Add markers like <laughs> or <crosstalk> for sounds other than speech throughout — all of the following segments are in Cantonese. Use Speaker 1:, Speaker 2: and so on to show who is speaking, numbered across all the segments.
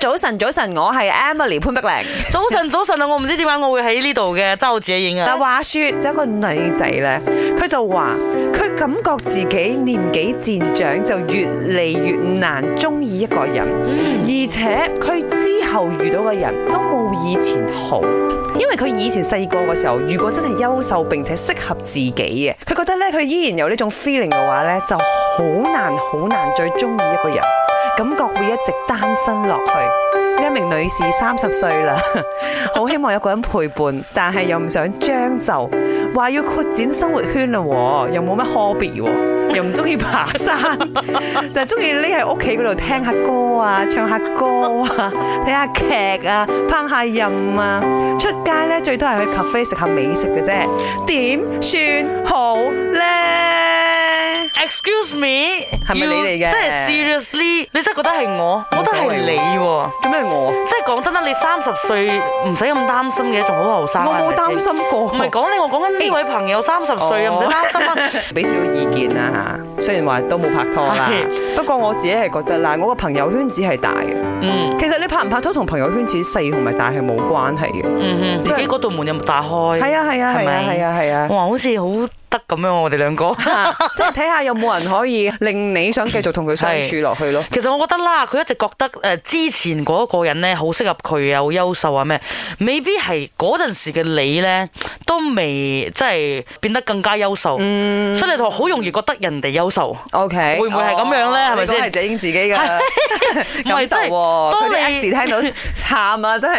Speaker 1: 早晨，早晨，我係 Emily 潘碧玲。
Speaker 2: 早晨，早晨啊！我唔知點解我會喺呢度嘅周姐影
Speaker 1: 嗱，
Speaker 2: 啊。
Speaker 1: 話說就有一個女仔咧，佢就話佢感覺自己年紀漸長，就越嚟越難中意一個人，而且佢之後遇到嘅人都冇以前好。因為佢以前細個嘅時候，如果真係優秀並且適合自己嘅，佢覺得咧佢依然有呢種 feeling 嘅話咧，就好難好難再中意一個人，感覺會一直單身落去。呢一名女士三十歲啦，好希望有個人陪伴，但係又唔想將就，話要擴展生活圈啦喎，又冇乜 hobby，喎又唔中意爬山， <laughs> 就係中意匿喺屋企嗰度聽下歌啊，唱下歌啊， <laughs> 睇下劇啊，烹下飲啊，出街呢，最多係去 cafe 食下美食嘅啫，點算好呢？
Speaker 2: Excuse me，
Speaker 1: 係咪你嚟嘅哦
Speaker 2: 要即係 seriously，你真係覺得係我，我覺得係你喎。
Speaker 1: 做咩我？
Speaker 2: 即係講真啦，你三十歲唔使咁擔心嘅，仲好後生啊。
Speaker 1: 我冇
Speaker 2: 係咪
Speaker 1: 擔
Speaker 2: 先
Speaker 1: 心
Speaker 2: 唔係
Speaker 1: 過。
Speaker 2: 講你，我講緊呢位朋友三十歲啊，唔使擔心啊。
Speaker 1: 哦 <laughs> 俾少少意見啦嚇，雖然話都冇拍拖啦，不過我自己係覺得啦，我個朋友圈子係大嘅。
Speaker 2: 嗯
Speaker 1: 其實你拍唔拍拖同朋友圈子細同埋大係冇關係嘅。
Speaker 2: 嗯嗯，自己嗰道門有冇打開？
Speaker 1: 係啊係啊係啊係啊係啊
Speaker 2: 哇，好似好得咁樣喎，我哋
Speaker 1: <laughs>
Speaker 2: 兩個。
Speaker 1: 啊，即係睇下有冇人可以令你想繼續同佢相處落
Speaker 2: <laughs>
Speaker 1: 去咯。
Speaker 2: 其實我覺得啦，佢一直覺得誒、呃之前嗰個人咧好適合佢啊，好優秀啊咩，未必係嗰陣時嘅你咧都未即係變得更加優秀，
Speaker 1: 嗯
Speaker 2: 所以你就好容易覺得人哋
Speaker 1: <laughs>
Speaker 2: 優秀。
Speaker 1: OK，
Speaker 2: 會唔會係咁樣咧
Speaker 1: 哦
Speaker 2: 係咪先
Speaker 1: 你講係自己自己嘅 <laughs> 感受
Speaker 2: 即係
Speaker 1: 喎。佢
Speaker 2: 當
Speaker 1: 哋 X
Speaker 2: 你
Speaker 1: 聽到喊啊，真係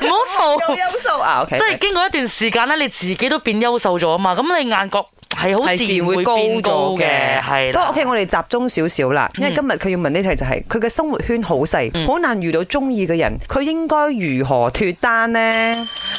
Speaker 1: <laughs>
Speaker 2: 好
Speaker 1: 有
Speaker 2: 嘈，
Speaker 1: 優秀啊。OK，
Speaker 2: 即係經過一段時間咧，你自己都變優秀咗啊嘛，咁你眼角係好
Speaker 1: 係
Speaker 2: 自
Speaker 1: 自然
Speaker 2: 然
Speaker 1: 會
Speaker 2: 會
Speaker 1: 高
Speaker 2: 變高
Speaker 1: 咗嘅，
Speaker 2: 嘅，係
Speaker 1: 不過
Speaker 2: 啦。
Speaker 1: OK，我哋集中少少啦，因為
Speaker 2: 嗯
Speaker 1: 今日佢要問呢題就係佢嘅生活圈好細，好難遇到中意嘅人，佢應該如何脱單呢？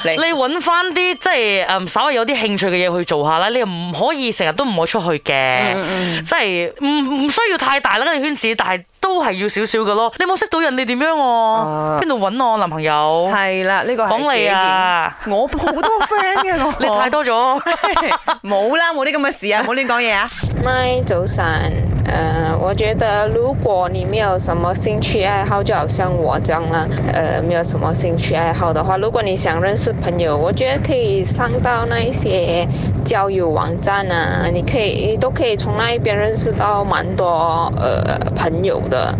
Speaker 1: 嚟
Speaker 2: 你揾翻啲即係誒稍微有啲興趣嘅嘢去做下啦，你又唔可以成日都唔可以出去
Speaker 1: 嗯
Speaker 2: 嘅，即係唔唔需要太大啦個圈子，但係都係要少少嘅咯。你冇識到人你點樣
Speaker 1: 啊
Speaker 2: 喎？邊度揾我男朋友？
Speaker 1: 係啦，呢個係
Speaker 2: 講你啊
Speaker 1: 幾件，我好多 friend 嘅我，
Speaker 2: <laughs> 你太多咗。
Speaker 1: <laughs> 冇啦，冇啲咁嘅事啊，冇亂講嘢啊。
Speaker 3: 麦走散，呃，我觉得如果你没有什么兴趣爱好，就好像我这样啦，呃，没有什么兴趣爱好的话，如果你想认识朋友，我觉得可以上到那一些交友网站啊，你可以你都可以从那一边认识到蛮多呃朋友的。